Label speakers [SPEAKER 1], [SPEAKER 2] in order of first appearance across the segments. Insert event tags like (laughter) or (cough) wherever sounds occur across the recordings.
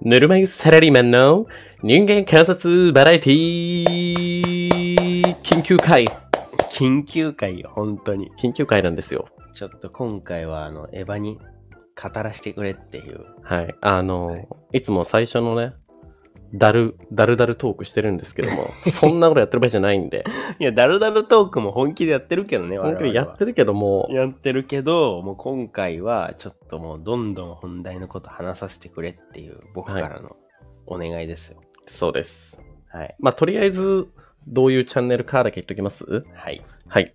[SPEAKER 1] ぬるま湯サラリーマンの人間観察バラエティー緊急会
[SPEAKER 2] 緊急会よ、本当に。
[SPEAKER 1] 緊急会なんですよ。
[SPEAKER 2] ちょっと今回は、あの、エヴァに語らせてくれっていう。
[SPEAKER 1] はい。あの、、
[SPEAKER 2] はい
[SPEAKER 1] つも最初のね、だる、だるだるトークしてるんですけども、そんなことやってる場合じゃないんで、
[SPEAKER 2] いや、ダルダルトークも本気でやってるけどね、我
[SPEAKER 1] 本
[SPEAKER 2] 々
[SPEAKER 1] 当
[SPEAKER 2] は
[SPEAKER 1] にやってるけども、
[SPEAKER 2] やってるけど、もう今回は、ちょっともうどんどん本題のこと話させてくれっていう、僕からのお願いですよ。
[SPEAKER 1] そうです。
[SPEAKER 2] はい。
[SPEAKER 1] まあ、とりあえず、どういうチャンネルかだけ言っときます
[SPEAKER 2] はい。
[SPEAKER 1] はい。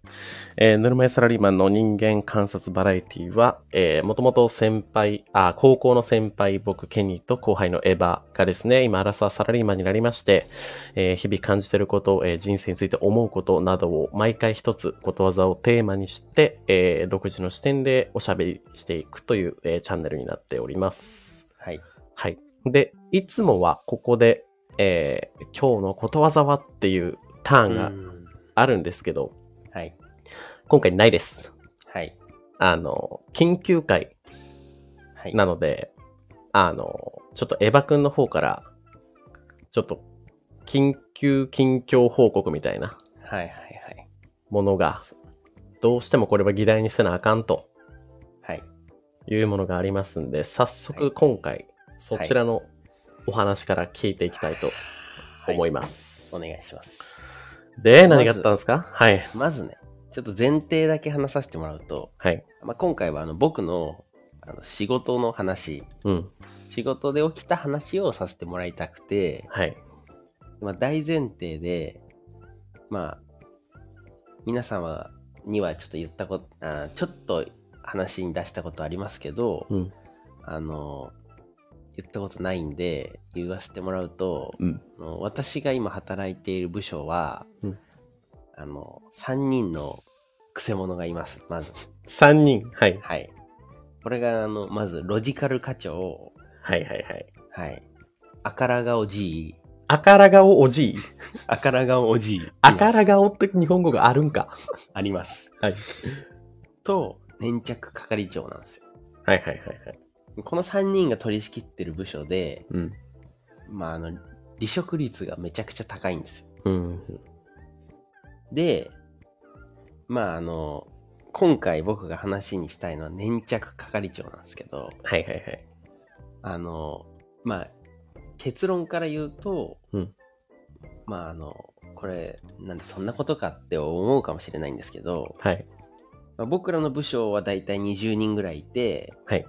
[SPEAKER 1] えー、ぬるま湯サラリーマンの人間観察バラエティは、えー、もともと先輩、あ、高校の先輩、僕、ケニーと後輩のエヴァがですね、今、アラサーサラリーマンになりまして、えー日々感じてること、えー人生について思うことなどを、毎回一つ、ことわざをテーマにして、えー独自の視点でおしゃべりしていくという、えーチャンネルになっております。
[SPEAKER 2] はい。
[SPEAKER 1] はい。で、いつもはここで、えー今日のことわざはっていうターンが
[SPEAKER 2] うん
[SPEAKER 1] あるんですけど、
[SPEAKER 2] はい。
[SPEAKER 1] 今回ないです。
[SPEAKER 2] はい。
[SPEAKER 1] あの、緊急会
[SPEAKER 2] はい。
[SPEAKER 1] なので、あの、ちょっとエヴァ君の方から、ちょっと、緊急近況報告みたいな
[SPEAKER 2] はいはいはい。
[SPEAKER 1] ものが、どうしてもこれは議題にせなあかんと
[SPEAKER 2] はい。
[SPEAKER 1] いうものがありますんで、早速今回、そちらのお話から聞いていきたいと思います。
[SPEAKER 2] お願いします。
[SPEAKER 1] で、何があったんですかはい。
[SPEAKER 2] まずね、ちょっと前提だけ話させてもらうと、
[SPEAKER 1] はい。
[SPEAKER 2] まあ、今回はあの僕のあの仕事の話、
[SPEAKER 1] うん。
[SPEAKER 2] 仕事で起きた話をさせてもらいたくて、
[SPEAKER 1] はい。
[SPEAKER 2] まあ、大前提で、まあ、皆様にはちょっと言ったこと、あーちょっと話に出したことありますけど、
[SPEAKER 1] うん。
[SPEAKER 2] あの、言ったことないんで、言わせてもらうと、
[SPEAKER 1] うん。
[SPEAKER 2] あの私が今働いている部署は、
[SPEAKER 1] うん
[SPEAKER 2] あの、3人のクセ者がいます、まず。
[SPEAKER 1] 3人。はい。
[SPEAKER 2] はい。これが、あの、まず、ロジカル課長、
[SPEAKER 1] はいはいはい。
[SPEAKER 2] はい。あから顔じい、
[SPEAKER 1] あから顔おじい。
[SPEAKER 2] あから顔おじい。
[SPEAKER 1] あから
[SPEAKER 2] が
[SPEAKER 1] 顔って日本語があるんか。
[SPEAKER 2] あります。
[SPEAKER 1] はい。
[SPEAKER 2] と、粘着係長なんですよ。
[SPEAKER 1] はいはいはいはい。
[SPEAKER 2] この3人が取り仕切ってる部署で、
[SPEAKER 1] うん。
[SPEAKER 2] まあ、あの、離職率がめちゃくちゃ高いんですよ。
[SPEAKER 1] うん。
[SPEAKER 2] で、まあ、あの、今回僕が話にしたいのは粘着係長なんですけど、
[SPEAKER 1] はいはいはい。
[SPEAKER 2] あの、まあ、結論から言うと、
[SPEAKER 1] うん
[SPEAKER 2] まああの、これ、なんでそんなことかって思うかもしれないんですけど、
[SPEAKER 1] はい。
[SPEAKER 2] まあ、僕らの部署はだいたい20人ぐらいいて、
[SPEAKER 1] はい。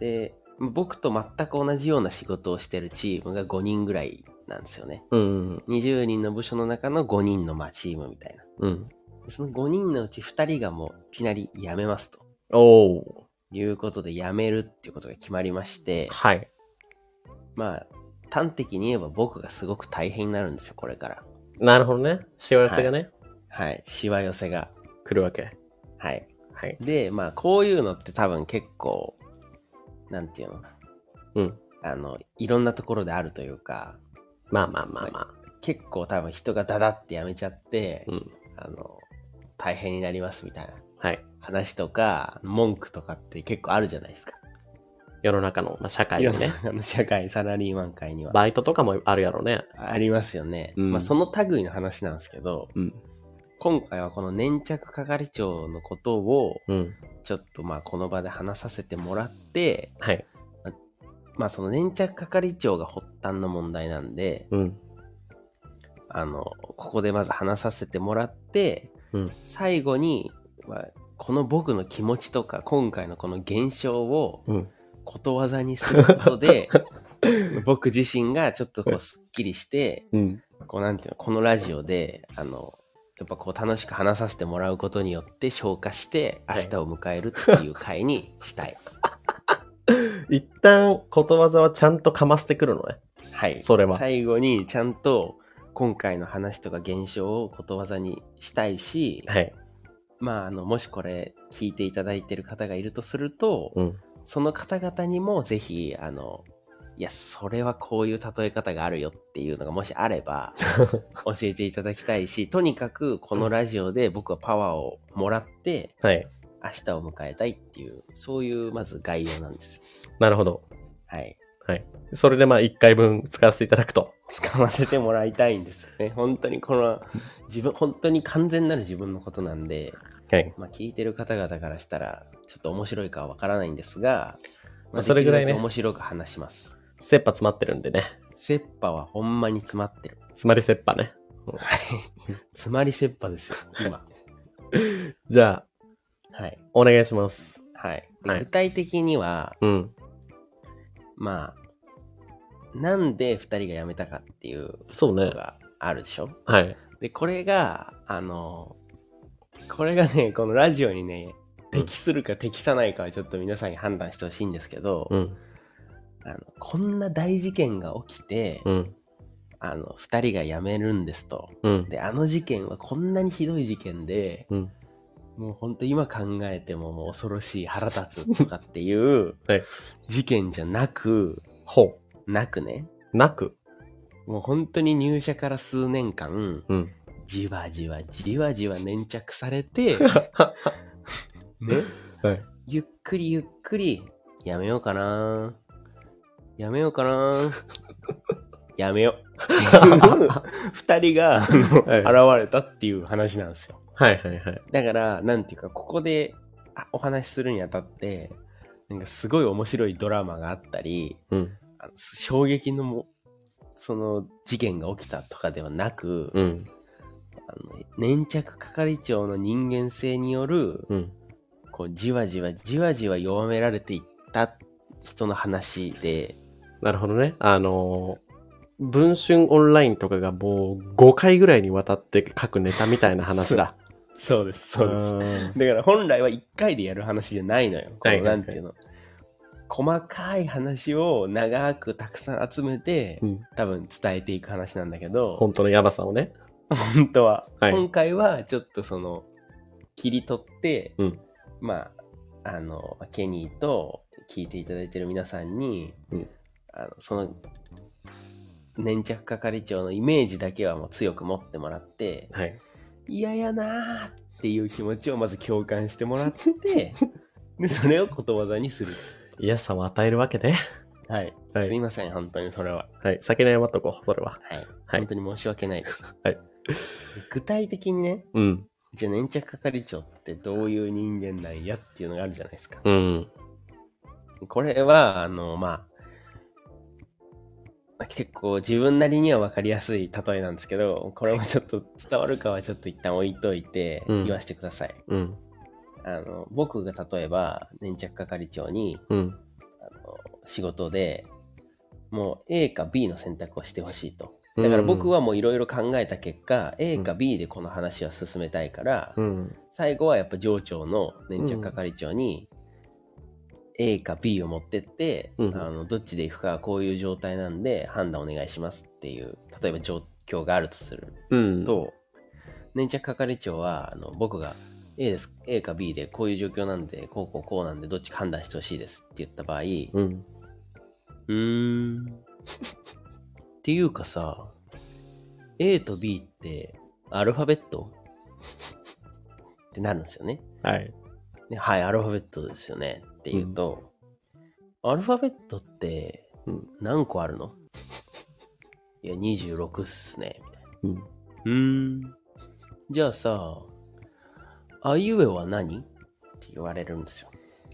[SPEAKER 2] で、僕と全く同じような仕事をしてるチームが5人ぐらいなんですよね。
[SPEAKER 1] うん。
[SPEAKER 2] 20人の部署の中の5人のまあチームみたいな。
[SPEAKER 1] うん。
[SPEAKER 2] その5人のうち2人がもういきなり辞めますと
[SPEAKER 1] おお。
[SPEAKER 2] いうことで辞めるっていうことが決まりまして、
[SPEAKER 1] はい。
[SPEAKER 2] まあ、端的に言えば僕がすごく大変になるんですよ、これから。
[SPEAKER 1] なるほどね。しわ寄せがね、
[SPEAKER 2] はい。しわ寄せが。
[SPEAKER 1] 来るわけ。
[SPEAKER 2] はい。
[SPEAKER 1] はい。
[SPEAKER 2] で、まあ、こういうのって多分結構、なんていうの
[SPEAKER 1] うん。
[SPEAKER 2] あの、いろんなところであるというか、
[SPEAKER 1] まあまあまあまあ。
[SPEAKER 2] 結構多分人がダダってやめちゃって、
[SPEAKER 1] うん。
[SPEAKER 2] あの、大変になりますみたいな
[SPEAKER 1] はい。
[SPEAKER 2] 話とか、文句とかって結構あるじゃないですか。
[SPEAKER 1] 世の中の、まあ、社会
[SPEAKER 2] いろ
[SPEAKER 1] の
[SPEAKER 2] ん
[SPEAKER 1] ね
[SPEAKER 2] な。あの社会、サラリーマン界には。
[SPEAKER 1] バイトとかもあるやろね。
[SPEAKER 2] ありますよね。
[SPEAKER 1] うん
[SPEAKER 2] まあ、その類の話なんですけど、
[SPEAKER 1] うん。
[SPEAKER 2] 今回はこの粘着係長のことを、
[SPEAKER 1] うん。
[SPEAKER 2] ちょっとまあこの場で話させてもらって、
[SPEAKER 1] はい。
[SPEAKER 2] まあその粘着係長が発端の問題なんで、
[SPEAKER 1] うん。
[SPEAKER 2] あの、ここでまず話させてもらって、
[SPEAKER 1] うん。
[SPEAKER 2] 最後に、まあ、この僕の気持ちとか、今回のこの現象を
[SPEAKER 1] うん。
[SPEAKER 2] ことわざにするこ
[SPEAKER 1] (laughs)
[SPEAKER 2] とで、僕自身がちょっとこうスッキリして、
[SPEAKER 1] うん。
[SPEAKER 2] こうなんていうの、このラジオで、あの、やっぱこう楽しく話させてもらうことによって消化して明日を迎えるっていう回にした
[SPEAKER 1] (laughs)
[SPEAKER 2] い。
[SPEAKER 1] 一旦、ことわざはちゃんとかませてくるのね。
[SPEAKER 2] はい。
[SPEAKER 1] それは
[SPEAKER 2] 最後にちゃんと今回の話とか現象をことわざにしたいし、
[SPEAKER 1] はい。
[SPEAKER 2] まあ、あの、もしこれ聞いていただいてる方がいるとすると、
[SPEAKER 1] うん。
[SPEAKER 2] その方々にもぜひ、あの、いや、それはこういう例え方があるよっていうのがもしあれ
[SPEAKER 1] (laughs)
[SPEAKER 2] ば、教えていただきたいし、とにかくこのラジオで僕はパワーをもらって、
[SPEAKER 1] はい。
[SPEAKER 2] 明日を迎えたいっていう、そういうまず概要なんですよ。
[SPEAKER 1] なるほど。
[SPEAKER 2] はい。
[SPEAKER 1] はい。それでまあ1回分使わせていただくと。
[SPEAKER 2] 使わせてもらいたいんですよね。本当にこの、自分、本当に完全なる自分のことなんで、
[SPEAKER 1] はい。
[SPEAKER 2] まあ、聞いてる方々からしたら、ちょっと面白いかはわからないんですが、まあ、
[SPEAKER 1] それぐらいね
[SPEAKER 2] できるだけ面白く話します。
[SPEAKER 1] 切羽詰まってるんでね。
[SPEAKER 2] 切羽はほんまに詰まってる。
[SPEAKER 1] 詰まり切羽ね。
[SPEAKER 2] 詰まり切
[SPEAKER 1] (laughs)
[SPEAKER 2] 羽ですよ、今。
[SPEAKER 1] じゃあ、
[SPEAKER 2] はい。
[SPEAKER 1] お願いします。
[SPEAKER 2] はい。
[SPEAKER 1] はい
[SPEAKER 2] 具体的には、
[SPEAKER 1] うん。
[SPEAKER 2] まあ、なんで2人が辞めたかっていうこ
[SPEAKER 1] そう
[SPEAKER 2] と
[SPEAKER 1] ね。
[SPEAKER 2] があるでしょ、
[SPEAKER 1] はい。
[SPEAKER 2] で、これが、あの、これがね、このラジオにね、適するか適さないかはちょっと皆さんに判断してほしいんですけど、
[SPEAKER 1] うん。
[SPEAKER 2] あのこんな大事件が起きて、
[SPEAKER 1] うん。
[SPEAKER 2] あの、二人が辞めるんですと。
[SPEAKER 1] うん。
[SPEAKER 2] で、あの事件はこんなにひどい事件で、
[SPEAKER 1] うん。
[SPEAKER 2] もうほんと今考えてももう恐ろしい腹立つとかっていう
[SPEAKER 1] (laughs) はい
[SPEAKER 2] 事件じゃなく、
[SPEAKER 1] ほ
[SPEAKER 2] なくね、
[SPEAKER 1] う。なく。
[SPEAKER 2] もう本当に入社から数年間、
[SPEAKER 1] (laughs) うん。
[SPEAKER 2] じわじわじわじわ粘着され
[SPEAKER 1] (laughs)
[SPEAKER 2] て、ね、
[SPEAKER 1] はい。
[SPEAKER 2] ゆっくりゆっくり、やめようかなやめようかな
[SPEAKER 1] (laughs)
[SPEAKER 2] やめよう。二人が、あ
[SPEAKER 1] はい
[SPEAKER 2] の現れたっていう話なんですよ。
[SPEAKER 1] はいはいはい。
[SPEAKER 2] だから、なんていうか、ここであお話しするにあたって、なんかすごい面白いドラマがあったり、
[SPEAKER 1] うん。
[SPEAKER 2] あの衝撃のも、その事件が起きたとかではなく、
[SPEAKER 1] うん。
[SPEAKER 2] あの粘着係長の人間性による、
[SPEAKER 1] うん。
[SPEAKER 2] こう、じわじわじわじわ弱められていった人の話で、
[SPEAKER 1] なるほどね。あのー文春オンラインとかがもう5回ぐらいにわたって書くネタみたいな話 (laughs) だ。
[SPEAKER 2] そうです、
[SPEAKER 1] ん
[SPEAKER 2] だから本来は1回でやる話じゃないのよ。こ
[SPEAKER 1] はい
[SPEAKER 2] の
[SPEAKER 1] はいは
[SPEAKER 2] ないんていうの。細かい話を長くたくさん集めて
[SPEAKER 1] う、ん。
[SPEAKER 2] 多分伝えていく話なんだけど、
[SPEAKER 1] 本当のヤバさをね。
[SPEAKER 2] 本当は。
[SPEAKER 1] はい
[SPEAKER 2] 今回はちょっとその、切り取って、
[SPEAKER 1] うん
[SPEAKER 2] まあ、あの、ケニーと聞いていただいてる皆さんに、
[SPEAKER 1] うん
[SPEAKER 2] あのその、粘着係長のイメージだけはもう強く持ってもらって、
[SPEAKER 1] はい。
[SPEAKER 2] 嫌やなーっていう気持ちをまず共感してもらって
[SPEAKER 1] (laughs)
[SPEAKER 2] でそれをことわざにする、
[SPEAKER 1] 嫌さを与えるわけね。
[SPEAKER 2] はい
[SPEAKER 1] はい
[SPEAKER 2] すいません本当にそれは、
[SPEAKER 1] (laughs) はい。先に謝っとこう、それは。
[SPEAKER 2] はい
[SPEAKER 1] はい
[SPEAKER 2] 本当に申し訳ないです、
[SPEAKER 1] はい
[SPEAKER 2] 具体的にね
[SPEAKER 1] うん。
[SPEAKER 2] じゃあ粘着係長ってどういう人間なんやっていうのがあるじゃないですか
[SPEAKER 1] うん。
[SPEAKER 2] これはあのまあ結構自分なりには分かりやすい例えなんですけどこれもちょっと伝わるかはちょっと一旦置いといて
[SPEAKER 1] うん
[SPEAKER 2] 言わせてください、
[SPEAKER 1] うん。
[SPEAKER 2] あの僕が例えば粘着係長に
[SPEAKER 1] うん。
[SPEAKER 2] あの仕事でもう A か B の選択をしてほしいとだから僕はもういろいろ考えた結果、A か B でこの話は進めたいから、
[SPEAKER 1] うん。
[SPEAKER 2] 最後はやっぱ上長の粘着係長に、A か B を持ってって、
[SPEAKER 1] うん
[SPEAKER 2] あのどっちで行くかはこういう状態なんで判断お願いしますっていう例えば状況があるとする
[SPEAKER 1] うん。
[SPEAKER 2] と、粘着係長はあの僕が A, です A か B でこういう状況なんでこうこうこうなんでどっちか判断してほしいですって言った場合、
[SPEAKER 1] うん。
[SPEAKER 2] うーん。っていうかさ、A と B ってアルファベットってなるんですよね。
[SPEAKER 1] はい。
[SPEAKER 2] ではい、アルファベットですよねって言うと、アルファベットって
[SPEAKER 1] うん
[SPEAKER 2] 何個あるの、 (laughs) いや、26っすね。みたいな
[SPEAKER 1] うん。
[SPEAKER 2] うーん。じゃあさ、あいうえおは何って言われるんですよ。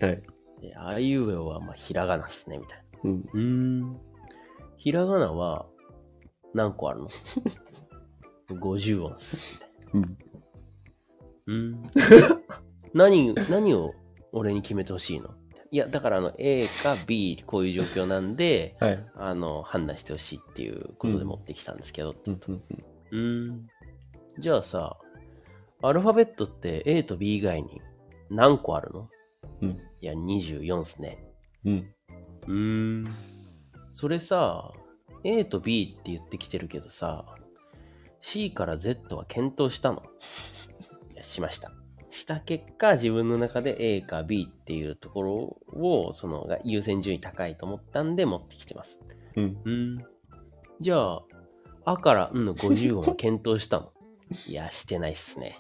[SPEAKER 1] はい。
[SPEAKER 2] であいうえおはまあひらがなっすね、みたいな。
[SPEAKER 1] うん。
[SPEAKER 2] うーん。ひらがなは何個あるの (laughs) ?50 音っす。
[SPEAKER 1] うん。
[SPEAKER 2] うん。何、何を俺に決めてほしいのいや、だからあの A か B、こういう状況なんで、
[SPEAKER 1] はい。
[SPEAKER 2] あの、判断してほしいっていうことで持ってきたんですけど。
[SPEAKER 1] うん。
[SPEAKER 2] うん。じゃあさ、アルファベットって A と B 以外に何個あるの
[SPEAKER 1] うん。
[SPEAKER 2] いや、24っすね。
[SPEAKER 1] うん。
[SPEAKER 2] うーん。それさ、A と B って言ってきてるけどさ、C から Z は検討したのいや、しました。した結果、自分の中で A か B っていうところを、その、が優先順位高いと思ったんで持ってきてます。
[SPEAKER 1] うん。
[SPEAKER 2] うん。じゃあ、あから、うんの50音は検討したのいや、してないっすね。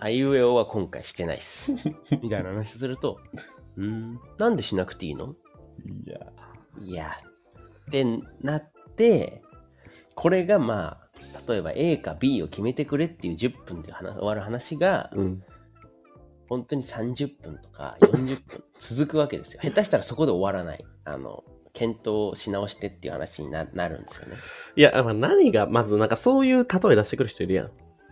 [SPEAKER 2] あいうえおは今回してないっす。みたいな話すると、うん、なんでしなくていいの
[SPEAKER 1] いや。
[SPEAKER 2] いや、ってなって、これがまあ、例えば A か B を決めてくれっていう10分で話終わる話が、
[SPEAKER 1] うん。
[SPEAKER 2] 本当に30分とか40分続くわけですよ。下手したらそこで終わらない。あの、検討し直してっていう話にななるんですよね。
[SPEAKER 1] いや、まあ、何が、まずなんかそういう例え出してくる人いるやん。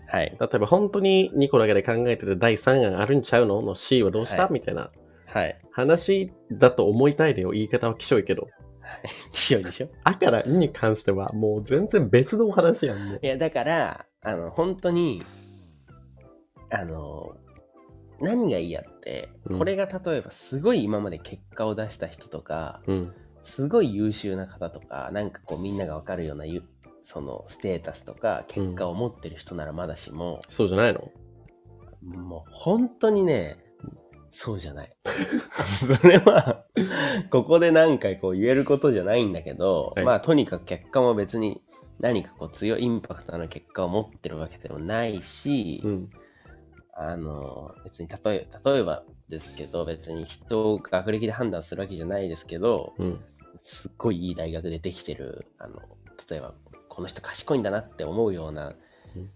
[SPEAKER 2] はい。
[SPEAKER 1] 例えば本当に2個だけで考えてて第3案あるんちゃうのの C はどうした、
[SPEAKER 2] はい
[SPEAKER 1] みたいな
[SPEAKER 2] はい。
[SPEAKER 1] 話だと思いたいでよ。言い方はきしょいけど。
[SPEAKER 2] 一緒でしょ
[SPEAKER 1] あからいに関してはもう全然別のお話やん。もう
[SPEAKER 2] いや、だから、あの、本当に、あの、何が嫌って、
[SPEAKER 1] うん
[SPEAKER 2] これが例えばすごい今まで結果を出した人とか、
[SPEAKER 1] うん。
[SPEAKER 2] すごい優秀な方とか、なんかこうみんながわかるようなゆ、そのステータスとか結果を持ってる人ならまだしも、
[SPEAKER 1] そうじゃないの
[SPEAKER 2] もう本当にね、そうじゃない。 (laughs) それは、ここで何回こう言えることじゃないんだけど、
[SPEAKER 1] はい
[SPEAKER 2] まあとにかく結果も別に何かこう強いインパクトの結果を持ってるわけでもないし、
[SPEAKER 1] うん。
[SPEAKER 2] あの、別に例え例えばですけど、別に人を学歴で判断するわけじゃないですけど、
[SPEAKER 1] うん。
[SPEAKER 2] すっごいいい大学でできてるあの例えばこの人賢いんだなって思うような、
[SPEAKER 1] うん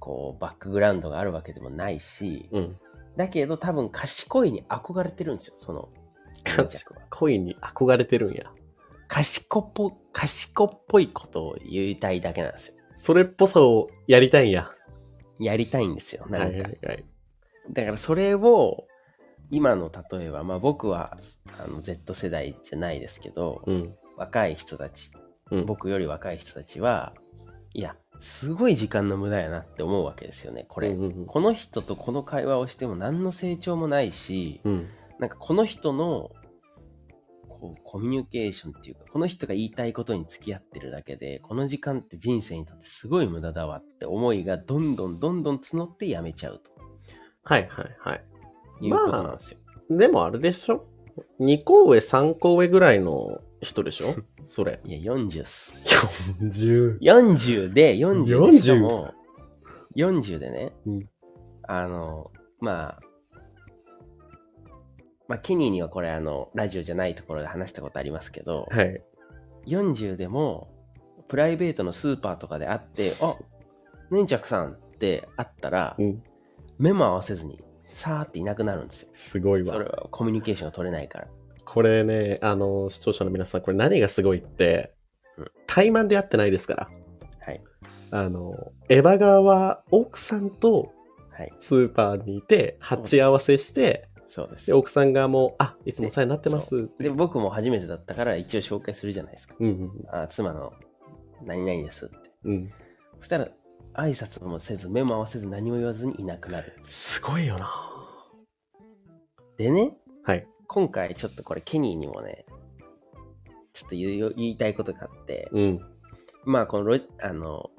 [SPEAKER 2] こうバックグラウンドがあるわけでもないし
[SPEAKER 1] うん。
[SPEAKER 2] だけど多分賢いに憧れてるんですよその
[SPEAKER 1] 賢い
[SPEAKER 2] 男爵は
[SPEAKER 1] 恋に憧れてるんや。
[SPEAKER 2] 賢っぽ賢っぽいことを言いたいだけなんですよ
[SPEAKER 1] それっぽさをやりたいんや。
[SPEAKER 2] やりたいんですよな
[SPEAKER 1] は
[SPEAKER 2] んか、
[SPEAKER 1] いはいはい。
[SPEAKER 2] だからそれを今の例えば、まあ、僕はあの Z 世代じゃないですけど、
[SPEAKER 1] うん。
[SPEAKER 2] 若い人たち、
[SPEAKER 1] うん
[SPEAKER 2] 僕より若い人たちはいやすごい時間の無駄やなって思うわけですよねこ
[SPEAKER 1] こ
[SPEAKER 2] れ、
[SPEAKER 1] うんうん
[SPEAKER 2] この人とこの会話をしても何の成長もないし
[SPEAKER 1] うん。
[SPEAKER 2] なんかこの人のこうコミュニケーションっていうかこの人が言いたいことに付き合ってるだけでこの時間って人生にとってすごい無駄だわって思いがどんどんどんどん募ってやめちゃうと
[SPEAKER 1] はいはいはい。
[SPEAKER 2] いうことなんですよ、
[SPEAKER 1] でもあれでしょ ?2 個上3個上ぐらいの人でし (laughs) ょそれ。
[SPEAKER 2] いや40っす
[SPEAKER 1] 40。
[SPEAKER 2] 40で、40でしかも、40でね、
[SPEAKER 1] うん
[SPEAKER 2] あの、まあ、まあ、ケニーにはこれ、あの、ラジオじゃないところで話したことありますけど、
[SPEAKER 1] はい。
[SPEAKER 2] 40でも、プライベートのスーパーとかで会
[SPEAKER 1] (laughs)
[SPEAKER 2] って、あ粘着さんって会ったら、
[SPEAKER 1] うん。
[SPEAKER 2] 目も合わせずに、さーっていなくなるんですよ。
[SPEAKER 1] すごい
[SPEAKER 2] それ
[SPEAKER 1] わ。
[SPEAKER 2] はコミュニケーションが取れないから。
[SPEAKER 1] これね、あの、視聴者の皆さん、これ何がすごいって
[SPEAKER 2] うん、
[SPEAKER 1] 対マンでやってないですから。
[SPEAKER 2] はい。
[SPEAKER 1] あの、エヴァ側は奥さんと
[SPEAKER 2] はい。
[SPEAKER 1] スーパーにいて、
[SPEAKER 2] そうです
[SPEAKER 1] 鉢合わせして、
[SPEAKER 2] そうです
[SPEAKER 1] で、。奥さん側も、あ、いつもお世話になってます。うん
[SPEAKER 2] で、僕も初めてだったから、一応紹介するじゃないですか。
[SPEAKER 1] うん
[SPEAKER 2] あ、妻の、何々ですって。
[SPEAKER 1] うん。うん。
[SPEAKER 2] そしたら挨拶もせず目も合わせず何も言わずにいなくなる。
[SPEAKER 1] すごいよな。
[SPEAKER 2] でね、
[SPEAKER 1] はい。
[SPEAKER 2] 今回ちょっとこれケニーにもね、ちょっと言うよ言いたいことがあって、
[SPEAKER 1] うん。
[SPEAKER 2] まあこのロあの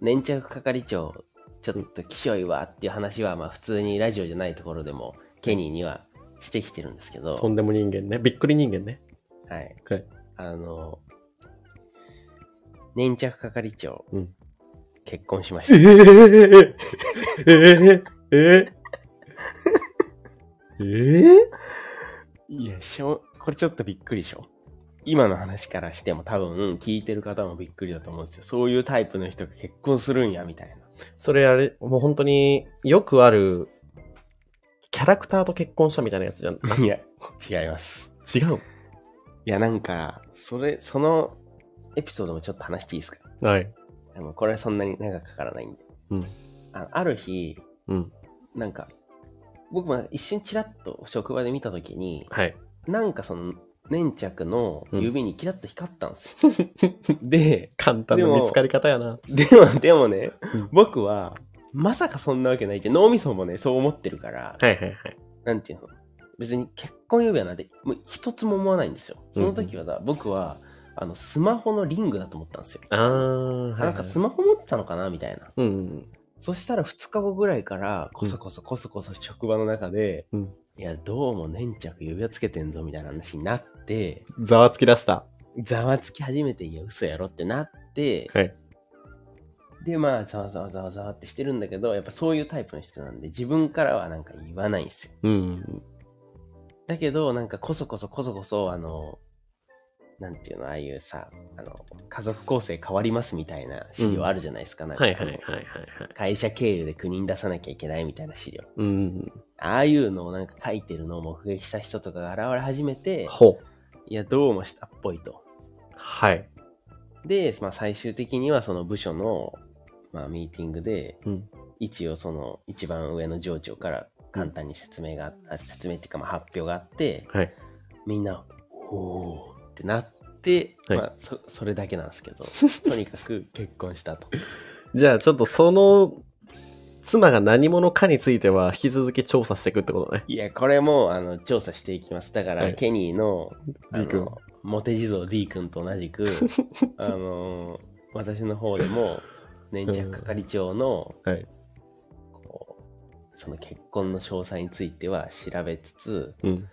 [SPEAKER 2] 粘着係長ちょっときしょいわっていう話はまあ普通にラジオじゃないところでもケニーにはしてきてるんですけど、
[SPEAKER 1] とんでも人間ね。びっくり人間ね。
[SPEAKER 2] はい。
[SPEAKER 1] はい
[SPEAKER 2] あの、粘着係長、
[SPEAKER 1] うん
[SPEAKER 2] 結婚しました
[SPEAKER 1] え。ええええええ
[SPEAKER 2] いや、しょ、これちょっとびっくりでしょ今の話からしても多分聞いてる方もびっくりだと思うんですよ。そういうタイプの人が結婚するんや、みたいな。
[SPEAKER 1] それあれ、もう本当によくある、キャラクターと結婚したみたいなやつじゃん。
[SPEAKER 2] いや、違います。
[SPEAKER 1] 違う
[SPEAKER 2] いや、なんか、それ、そのエピソードもちょっと話していいですか
[SPEAKER 1] はい。
[SPEAKER 2] でもこれはそんなに長くかからないんで。
[SPEAKER 1] うん。
[SPEAKER 2] あある日、
[SPEAKER 1] うん。
[SPEAKER 2] なんか、僕も一瞬チラッと職場で見たときに、
[SPEAKER 1] (laughs) はい。
[SPEAKER 2] なんかその粘着の指にキラッと光ったんですよ。で、
[SPEAKER 1] 簡単な見つかり方やな。
[SPEAKER 2] (laughs) でも、でもね、
[SPEAKER 1] うん
[SPEAKER 2] 僕は、まさかそんなわけないって、脳みそもね、そう思ってるから、
[SPEAKER 1] はいはいはい。
[SPEAKER 2] なんていうの、別に結婚指輪なんて、もう一つも思わないんですよ。その時はだ、僕は、あの、スマホのリングだと思ったんですよ。
[SPEAKER 1] あー、はい、
[SPEAKER 2] なんかスマホ持ってたのかなみたいな。
[SPEAKER 1] うん。
[SPEAKER 2] そしたら2日後ぐらいから、こそこそこそこそ職場の中で、
[SPEAKER 1] うん
[SPEAKER 2] いや、どうも粘着指輪つけてんぞみたいな話になって、
[SPEAKER 1] ざわつき出した。
[SPEAKER 2] ざわつき始めて、いや、嘘やろってなって、
[SPEAKER 1] はい
[SPEAKER 2] で、まあ、ざわざわざわざわってしてるんだけど、やっぱそういうタイプの人なんで、自分からはなんか言わないんですよ。
[SPEAKER 1] うん。
[SPEAKER 2] だけど、なんかこそこそこそこそ、あの、なんていうの、ああいうさ、あの、家族構成変わりますみたいな資料あるじゃないですか、なんか
[SPEAKER 1] はいはい
[SPEAKER 2] あ
[SPEAKER 1] はい
[SPEAKER 2] の
[SPEAKER 1] はいはい。
[SPEAKER 2] 会社経由で国に出さなきゃいけないみたいな資料。
[SPEAKER 1] うん。
[SPEAKER 2] ああいうのをなんか書いてるのを目撃した人とかが現れ始めて、
[SPEAKER 1] ほう。
[SPEAKER 2] いや、どうもしたっぽいと。
[SPEAKER 1] はい。
[SPEAKER 2] で、まあ最終的にはその部署の、まあミーティングで、
[SPEAKER 1] うん。
[SPEAKER 2] 一応その一番上の上長から簡単に説明が、あ説明っていうかまあ発表があって、
[SPEAKER 1] はい。
[SPEAKER 2] みんな、おおーってなって、
[SPEAKER 1] はい
[SPEAKER 2] まあそ、それだけなんです
[SPEAKER 1] (laughs)
[SPEAKER 2] けど、とにかく結婚したと。
[SPEAKER 1] じゃあ、ちょっとその、妻が何者かについては、引き続き調査していくってことね。
[SPEAKER 2] いや、これも、あの、調査していきます。だから、
[SPEAKER 1] はい
[SPEAKER 2] ケニーの、あ
[SPEAKER 1] D 君
[SPEAKER 2] の、モテ地蔵 D 君と同 (laughs) じく、あの、私の方でも、粘着係長の、
[SPEAKER 1] はい。
[SPEAKER 2] こう、その結婚の詳細については調べつつ、
[SPEAKER 1] うん。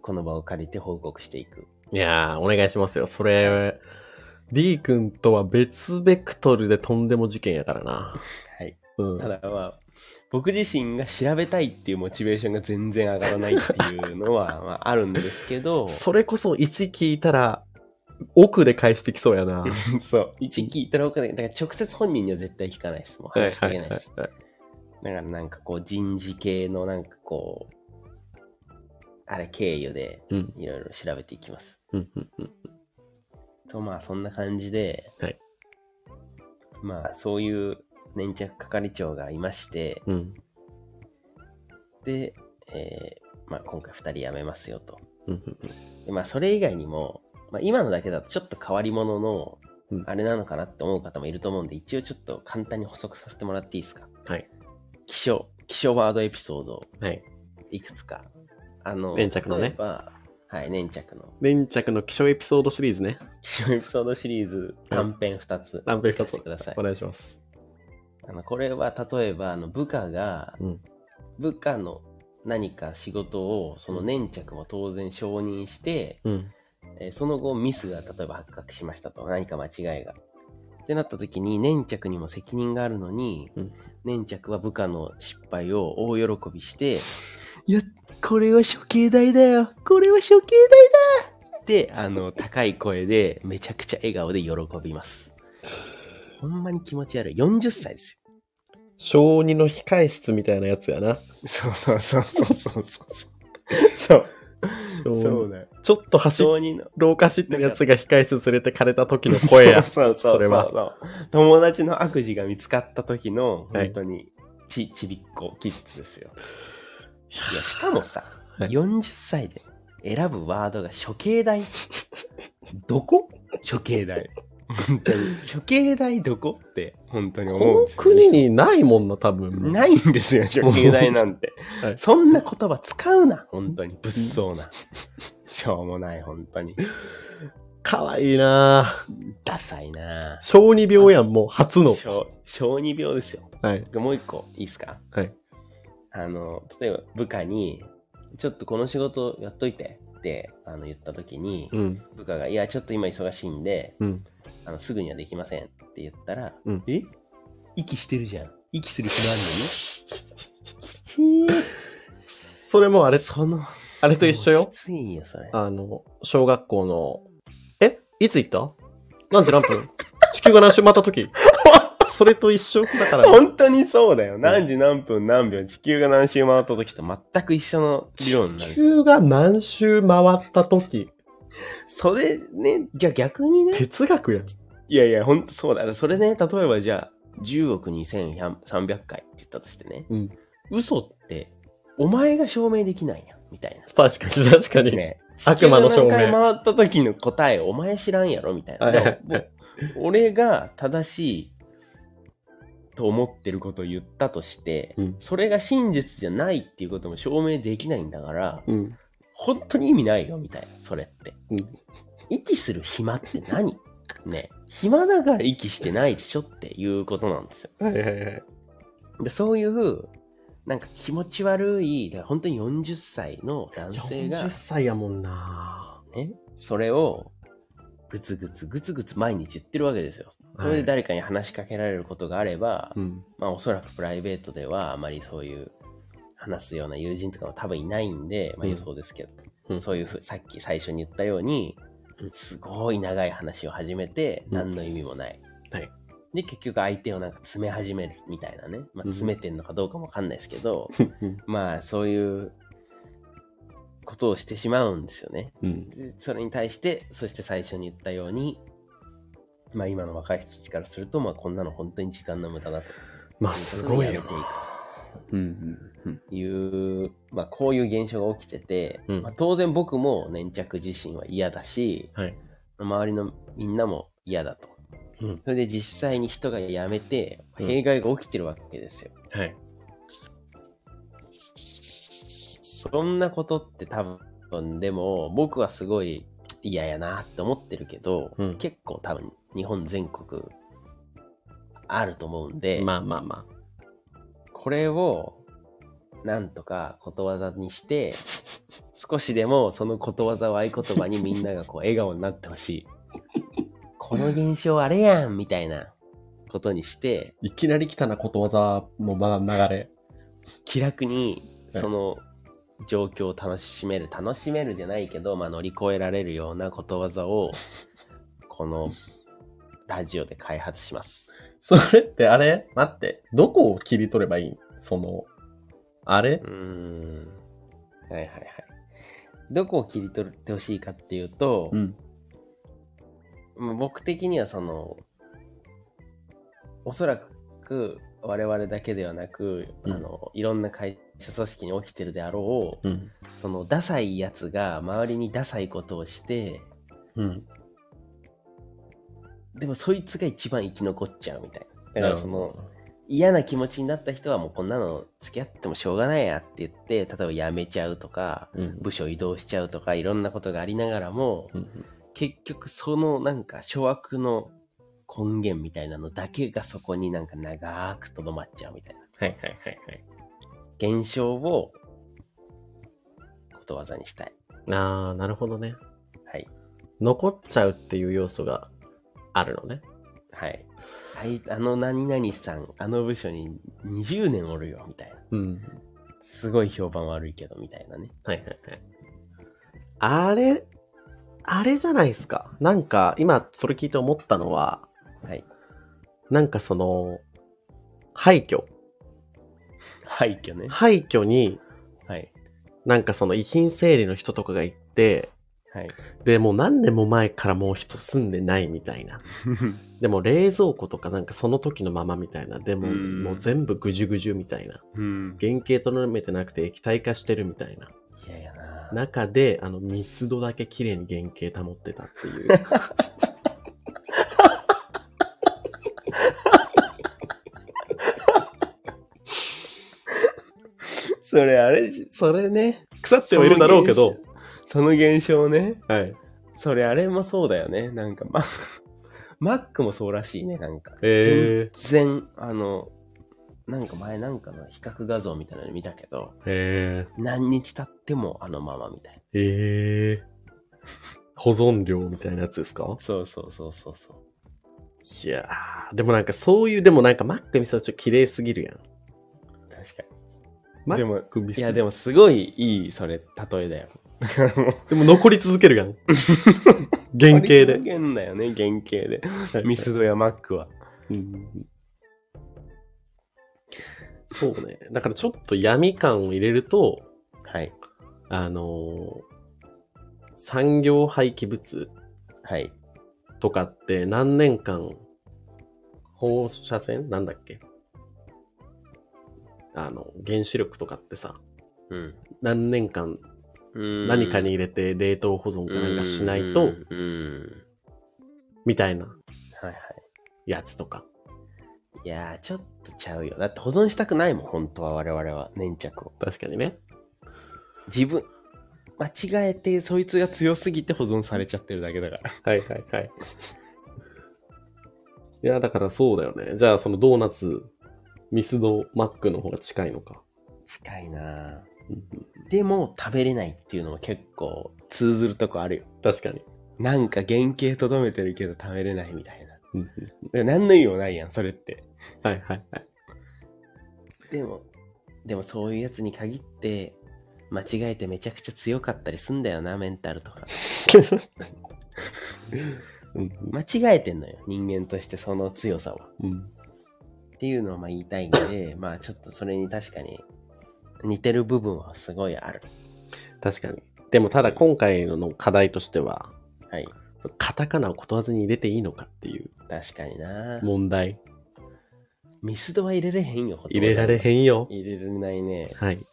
[SPEAKER 2] この場を借りて報告していく。
[SPEAKER 1] いやー、お願いしますよ。それ、D 君とは別ベクトルでとんでも事件やからな。
[SPEAKER 2] はい。
[SPEAKER 1] うん。
[SPEAKER 2] ただまあ、僕自身が調べたいっていうモチベーションが全然上がらないっていうの (laughs) は、まあ、あるんですけど、
[SPEAKER 1] それこそ1聞いたら、奥で返してきそうやな。 (laughs) はい
[SPEAKER 2] そう。一聞いたら分かんない。だから直接本人には絶対聞かないです。もう話しかけないです。だからなんかこう人事系のなんかこう、あれ経由で
[SPEAKER 1] うん。
[SPEAKER 2] いろいろ調べていきます。
[SPEAKER 1] うん。うんうん。
[SPEAKER 2] とまあそんな感じで、
[SPEAKER 1] はい
[SPEAKER 2] まあそういう粘着係長がいまして、
[SPEAKER 1] うん。
[SPEAKER 2] で、えーまあ今回2人辞めますよと。
[SPEAKER 1] うん。うん。
[SPEAKER 2] でまあそれ以外にも、まあ今のだけだとちょっと変わり者の
[SPEAKER 1] うん
[SPEAKER 2] あれなのかなって思う方もいると思うんで、一応ちょっと簡単に補足させてもらっていいですか
[SPEAKER 1] はい。
[SPEAKER 2] 気象、気象ワードエピソード
[SPEAKER 1] はい。
[SPEAKER 2] いくつか。あの、
[SPEAKER 1] 粘着のね
[SPEAKER 2] 例えばはい、粘着の。 (laughs)
[SPEAKER 1] 粘着の気象エピソードシリーズね。
[SPEAKER 2] 気象エピソードシリーズ短編2つ。
[SPEAKER 1] 何ページ
[SPEAKER 2] 聞
[SPEAKER 1] か
[SPEAKER 2] かせてください
[SPEAKER 1] お。願いします。
[SPEAKER 2] あのこれは例えばあの部下が、
[SPEAKER 1] うん
[SPEAKER 2] 部下の何か仕事をその粘着も当然承認して、
[SPEAKER 1] うん。
[SPEAKER 2] えーその後ミスが例えば発覚しましたと何か間違いが。ってなった時に粘着にも責任があるのに、
[SPEAKER 1] うん
[SPEAKER 2] 粘着は部下の失敗を大喜びして「いやこれは処刑台だよこれは処刑台だ!」ってあの高い声でめちゃくちゃ笑顔で喜びます。ほんまに気持ち悪い40歳ですよ
[SPEAKER 1] 小児の控室みたいなやつやな。
[SPEAKER 2] そうそうそうそうそうそう。そう。
[SPEAKER 1] そう
[SPEAKER 2] だよ。
[SPEAKER 1] ちょっと走っ
[SPEAKER 2] 小児の
[SPEAKER 1] 廊下走ってるやつが控室連れてかれた時の声や。
[SPEAKER 2] (laughs) そうそうそうそう。
[SPEAKER 1] それは
[SPEAKER 2] そう友達の悪事が見つかった時の、
[SPEAKER 1] はい
[SPEAKER 2] 本当に、ち、ちびっこキッズですよ。いや、しかもさ、
[SPEAKER 1] はい
[SPEAKER 2] 40歳で選ぶワードが処刑台。どこ処刑台。本当に。処刑台どこって、本当に
[SPEAKER 1] こ
[SPEAKER 2] 思うん
[SPEAKER 1] の
[SPEAKER 2] ですよ
[SPEAKER 1] 国にないもんな、多分。。
[SPEAKER 2] ないんですよ、処刑台なんて
[SPEAKER 1] はい
[SPEAKER 2] そんな言葉使うな、本当に。物騒な。しょうもない、本当に。
[SPEAKER 1] かわいいなぁ
[SPEAKER 2] ダサいなぁ
[SPEAKER 1] 小児病やん、もう、初の。
[SPEAKER 2] 小小児病ですよ。
[SPEAKER 1] はい。
[SPEAKER 2] もう一個、いいですか
[SPEAKER 1] はい。
[SPEAKER 2] あの、例えば部下に、ちょっとこの仕事やっといてってあの言った時に、
[SPEAKER 1] うん。
[SPEAKER 2] 部下が、いや、ちょっと今忙しいんで、
[SPEAKER 1] うん。
[SPEAKER 2] あのすぐにはできませんって言ったら、
[SPEAKER 1] うん
[SPEAKER 2] え息してるじゃん。息する気もあるのね。きち
[SPEAKER 1] それも (laughs)
[SPEAKER 2] あ
[SPEAKER 1] あれ、
[SPEAKER 2] その、
[SPEAKER 1] あれと一緒
[SPEAKER 2] き
[SPEAKER 1] よ。
[SPEAKER 2] ついよ、それ。
[SPEAKER 1] あの、小学校の、えいつ行った何時何 (laughs) 分地球が何周回った時それと一緒だから、
[SPEAKER 2] 本当にそうだよ。何時何分何秒、地球が何周回った時と全く一緒の理論なん
[SPEAKER 1] 地
[SPEAKER 2] ですよ。
[SPEAKER 1] 球が何周回った時
[SPEAKER 2] それね、じゃあ逆にね。
[SPEAKER 1] 哲学やん。
[SPEAKER 2] いやいや、本当そうだ。それね、例えばじゃあ、10億2300回って言ったとしてね、
[SPEAKER 1] うん。
[SPEAKER 2] 嘘って、お前が証明できないやん、みたいな。
[SPEAKER 1] 確かに、確かに。
[SPEAKER 2] ね、
[SPEAKER 1] 悪魔の証明
[SPEAKER 2] 地球が何回回った時の答え、お前知らんやろ、みたいな。
[SPEAKER 1] はいはいはい
[SPEAKER 2] でもぼ俺が正しいと思ってることを言ったとして、
[SPEAKER 1] うん
[SPEAKER 2] それが真実じゃないっていうことも証明できないんだから、
[SPEAKER 1] うん。
[SPEAKER 2] 本当に意味ないよ、みたいな、それって。
[SPEAKER 1] うん
[SPEAKER 2] 息する暇って何 (laughs) ね。暇だから息してないでしょっていうことなんですよ。
[SPEAKER 1] はいはいはい。
[SPEAKER 2] で、そういう、なんか気持ち悪い、だから本当に40歳の男性が
[SPEAKER 1] 40、歳やもんな
[SPEAKER 2] ね、それを、ぐつぐつぐつぐつ毎日言ってるわけですよ。
[SPEAKER 1] はい
[SPEAKER 2] それで誰かに話しかけられることがあれば、
[SPEAKER 1] うん。
[SPEAKER 2] まあおそらくプライベートではあまりそういう話すような友人とかも多分いないんで、まあ
[SPEAKER 1] うん
[SPEAKER 2] 予想ですけど、
[SPEAKER 1] うん
[SPEAKER 2] そういうふう、さっき最初に言ったように、
[SPEAKER 1] うん
[SPEAKER 2] すごい長い話を始めて、
[SPEAKER 1] うん
[SPEAKER 2] 何の意味もない。
[SPEAKER 1] はい
[SPEAKER 2] で、結局相手をなんか詰め始めるみたいなね。
[SPEAKER 1] う
[SPEAKER 2] まあ、
[SPEAKER 1] ん
[SPEAKER 2] 詰めてんのかどうかもわかんないですけど、
[SPEAKER 1] うん
[SPEAKER 2] まあ、そういうことをしてしまうんですよね。
[SPEAKER 1] うん
[SPEAKER 2] でそれに対して、そして最初に言ったように、まあ、今の若い人たちからすると、まあ、こんなの本当に時間の無駄だ
[SPEAKER 1] まあすごい
[SPEAKER 2] やめ
[SPEAKER 1] よ
[SPEAKER 2] ていくと
[SPEAKER 1] うんうん
[SPEAKER 2] という、まあ、こういう現象が起きてて、
[SPEAKER 1] うん
[SPEAKER 2] まあ、当然僕も粘着自身は嫌だし、
[SPEAKER 1] はい
[SPEAKER 2] 周りのみんなも嫌だと。
[SPEAKER 1] うん
[SPEAKER 2] それで実際に人が辞めて、
[SPEAKER 1] うん
[SPEAKER 2] 弊害が起きてるわけですよ。
[SPEAKER 1] はい
[SPEAKER 2] そんなことって多分、でも僕はすごい嫌やなって思ってるけど、
[SPEAKER 1] うん
[SPEAKER 2] 結構多分日本全国あると思うんで、
[SPEAKER 1] まあまあまあ
[SPEAKER 2] これをなんとかことわざにして少しでもそのことわざを合言葉にみんながこう笑顔になってほしいこの現象あれやんみたいなことにして
[SPEAKER 1] いきなり来たなことわざのま流れ (laughs)
[SPEAKER 2] 気楽に
[SPEAKER 1] はい
[SPEAKER 2] その状況を楽しめる楽しめるじゃないけど、まあ、乗り越えられるようなことわざをこのラジオで開発します
[SPEAKER 1] それってあれ待ってどこを切り取ればいいんそのあれ
[SPEAKER 2] うーんはいはいはいどこを切り取ってほしいかっていうと、
[SPEAKER 1] ん
[SPEAKER 2] まあ僕的にはそのおそらく我々だけではなく、
[SPEAKER 1] うん
[SPEAKER 2] あのいろんな会社組織に起きてるであろう
[SPEAKER 1] うん
[SPEAKER 2] そのダサいやつが周りにダサいことをして
[SPEAKER 1] うん
[SPEAKER 2] でもそいつが一番生き残っちゃうみたいなだ
[SPEAKER 1] だ
[SPEAKER 2] からその嫌な気持ちになった人はもうこんなの付き合ってもしょうがないやって言って例えば辞めちゃうとか
[SPEAKER 1] うん
[SPEAKER 2] 部署移動しちゃうとかいろんなことがありながらも
[SPEAKER 1] うん
[SPEAKER 2] 結局そのなんか諸悪の根源みたいなのだけがそこになんか長くとどまっちゃうみたいな
[SPEAKER 1] はいはいはいはい
[SPEAKER 2] 現象をことわざにしたい。
[SPEAKER 1] ああなるほどね
[SPEAKER 2] はい。
[SPEAKER 1] 残っちゃうっていう要素があるのね
[SPEAKER 2] はい。あいあの何々さん、あの部署に20年おるよみたいな。
[SPEAKER 1] うん
[SPEAKER 2] すごい評判悪いけどみたいなね。
[SPEAKER 1] はいはいはい。あれ、あれじゃないですか。なんか、今、それ聞いて思ったのは、
[SPEAKER 2] はい。
[SPEAKER 1] なんかその、廃墟。
[SPEAKER 2] 廃墟ね。
[SPEAKER 1] 廃墟に、
[SPEAKER 2] はい。
[SPEAKER 1] なんかその遺品整理の人とかが行って、
[SPEAKER 2] はい。
[SPEAKER 1] で、もう何年も前からもう人住んでないみたいな。でも冷蔵庫とかなんかその時のままみたいな。でも、
[SPEAKER 2] うん
[SPEAKER 1] もう全部ぐじゅぐじゅみたいな。
[SPEAKER 2] (laughs) うん。
[SPEAKER 1] 原型とどめてなくて液体化してるみたいな。
[SPEAKER 2] いやいやな。
[SPEAKER 1] 中で、あの、ミスドだけ綺麗に原型保ってたっていう。
[SPEAKER 2] それあれ、それね。
[SPEAKER 1] (laughs) 腐ってはいるんだろうけど。
[SPEAKER 2] その現象ね。
[SPEAKER 1] はい。
[SPEAKER 2] それあれもそうだよね。なんか、ま、 (laughs) マックもそうらしいね、なんか。
[SPEAKER 1] へー
[SPEAKER 2] 全然、あの、なんか前なんかの比較画像みたいなの見たけど、
[SPEAKER 1] へ
[SPEAKER 2] 何日経ってもあのままみたいな。
[SPEAKER 1] え。へえ。保存料みたいなやつですか
[SPEAKER 2] そうそうそうそうそう。
[SPEAKER 1] いやー、でもなんかそういう、でもなんかマック見せたらちょっと綺麗すぎるやん。
[SPEAKER 2] 確か
[SPEAKER 1] マ
[SPEAKER 2] で
[SPEAKER 1] ッ
[SPEAKER 2] も
[SPEAKER 1] ク見
[SPEAKER 2] に。い
[SPEAKER 1] せ
[SPEAKER 2] や、でもすごいいい、それ、例えだよ。
[SPEAKER 1] でも残り続ける
[SPEAKER 2] (laughs)
[SPEAKER 1] やん。 (laughs) 原型で。
[SPEAKER 2] 原型だよね、原型で。ミス
[SPEAKER 1] ド。
[SPEAKER 2] ドやマックは。
[SPEAKER 1] うんそうね。だからちょっと闇感を入れると、
[SPEAKER 2] はい。
[SPEAKER 1] あのー産業廃棄物
[SPEAKER 2] はい。
[SPEAKER 1] とかって何年間放射線なんだっけあの原子力とかってさ
[SPEAKER 2] うん。
[SPEAKER 1] 何年間
[SPEAKER 2] うん
[SPEAKER 1] 何かに入れて冷凍保存かなんかしない
[SPEAKER 2] うん
[SPEAKER 1] と
[SPEAKER 2] うん。
[SPEAKER 1] みたいな
[SPEAKER 2] はいはい。
[SPEAKER 1] やつとか
[SPEAKER 2] いやー、ちょっとちゃうよ。だって保存したくないもん、本当は我々は、粘着を。
[SPEAKER 1] 確かにね
[SPEAKER 2] 自分、間違えて、そいつが強すぎて保存されちゃってるだけだから。
[SPEAKER 1] はいはいはいいやだからそうだよねじゃあそのドーナツミスドマックの方が近いのか
[SPEAKER 2] 深いな
[SPEAKER 1] うんうん
[SPEAKER 2] ーでも、食べれないっていうのも結構通ずるとこあるよ。
[SPEAKER 1] 確かに
[SPEAKER 2] なんか原型とどめてるけど食べれないみたいな。だか
[SPEAKER 1] うんうん
[SPEAKER 2] ら何の意味もないやん、それって。
[SPEAKER 1] はいはいはい
[SPEAKER 2] でも、でもそういうやつに限って、間違えてめちゃくちゃ強かったりすんだよな、メンタルとか。
[SPEAKER 1] うん。
[SPEAKER 2] 間違えてんのよ。人間としてその強さは。
[SPEAKER 1] うん。
[SPEAKER 2] っていうのをまあ言いたいんで、 (laughs) まあちょっとそれに確かに似てる部分はすごいある。
[SPEAKER 1] 確かに。でもただ今回の課題としては、
[SPEAKER 2] はい。
[SPEAKER 1] カタカナをことわずに入れていいのかっていう
[SPEAKER 2] 確かにな。
[SPEAKER 1] 問題。
[SPEAKER 2] ミスドは入れれへんよ。
[SPEAKER 1] 入れられへんよ。
[SPEAKER 2] 入れれないね。
[SPEAKER 1] はい。